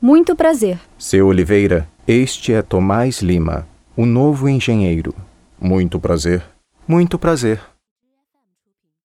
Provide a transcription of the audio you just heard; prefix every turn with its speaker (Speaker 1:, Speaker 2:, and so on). Speaker 1: Muito prazer.
Speaker 2: Seu Oliveira, este é Tomás Lima, o novo engenheiro. Muito prazer. Muito prazer.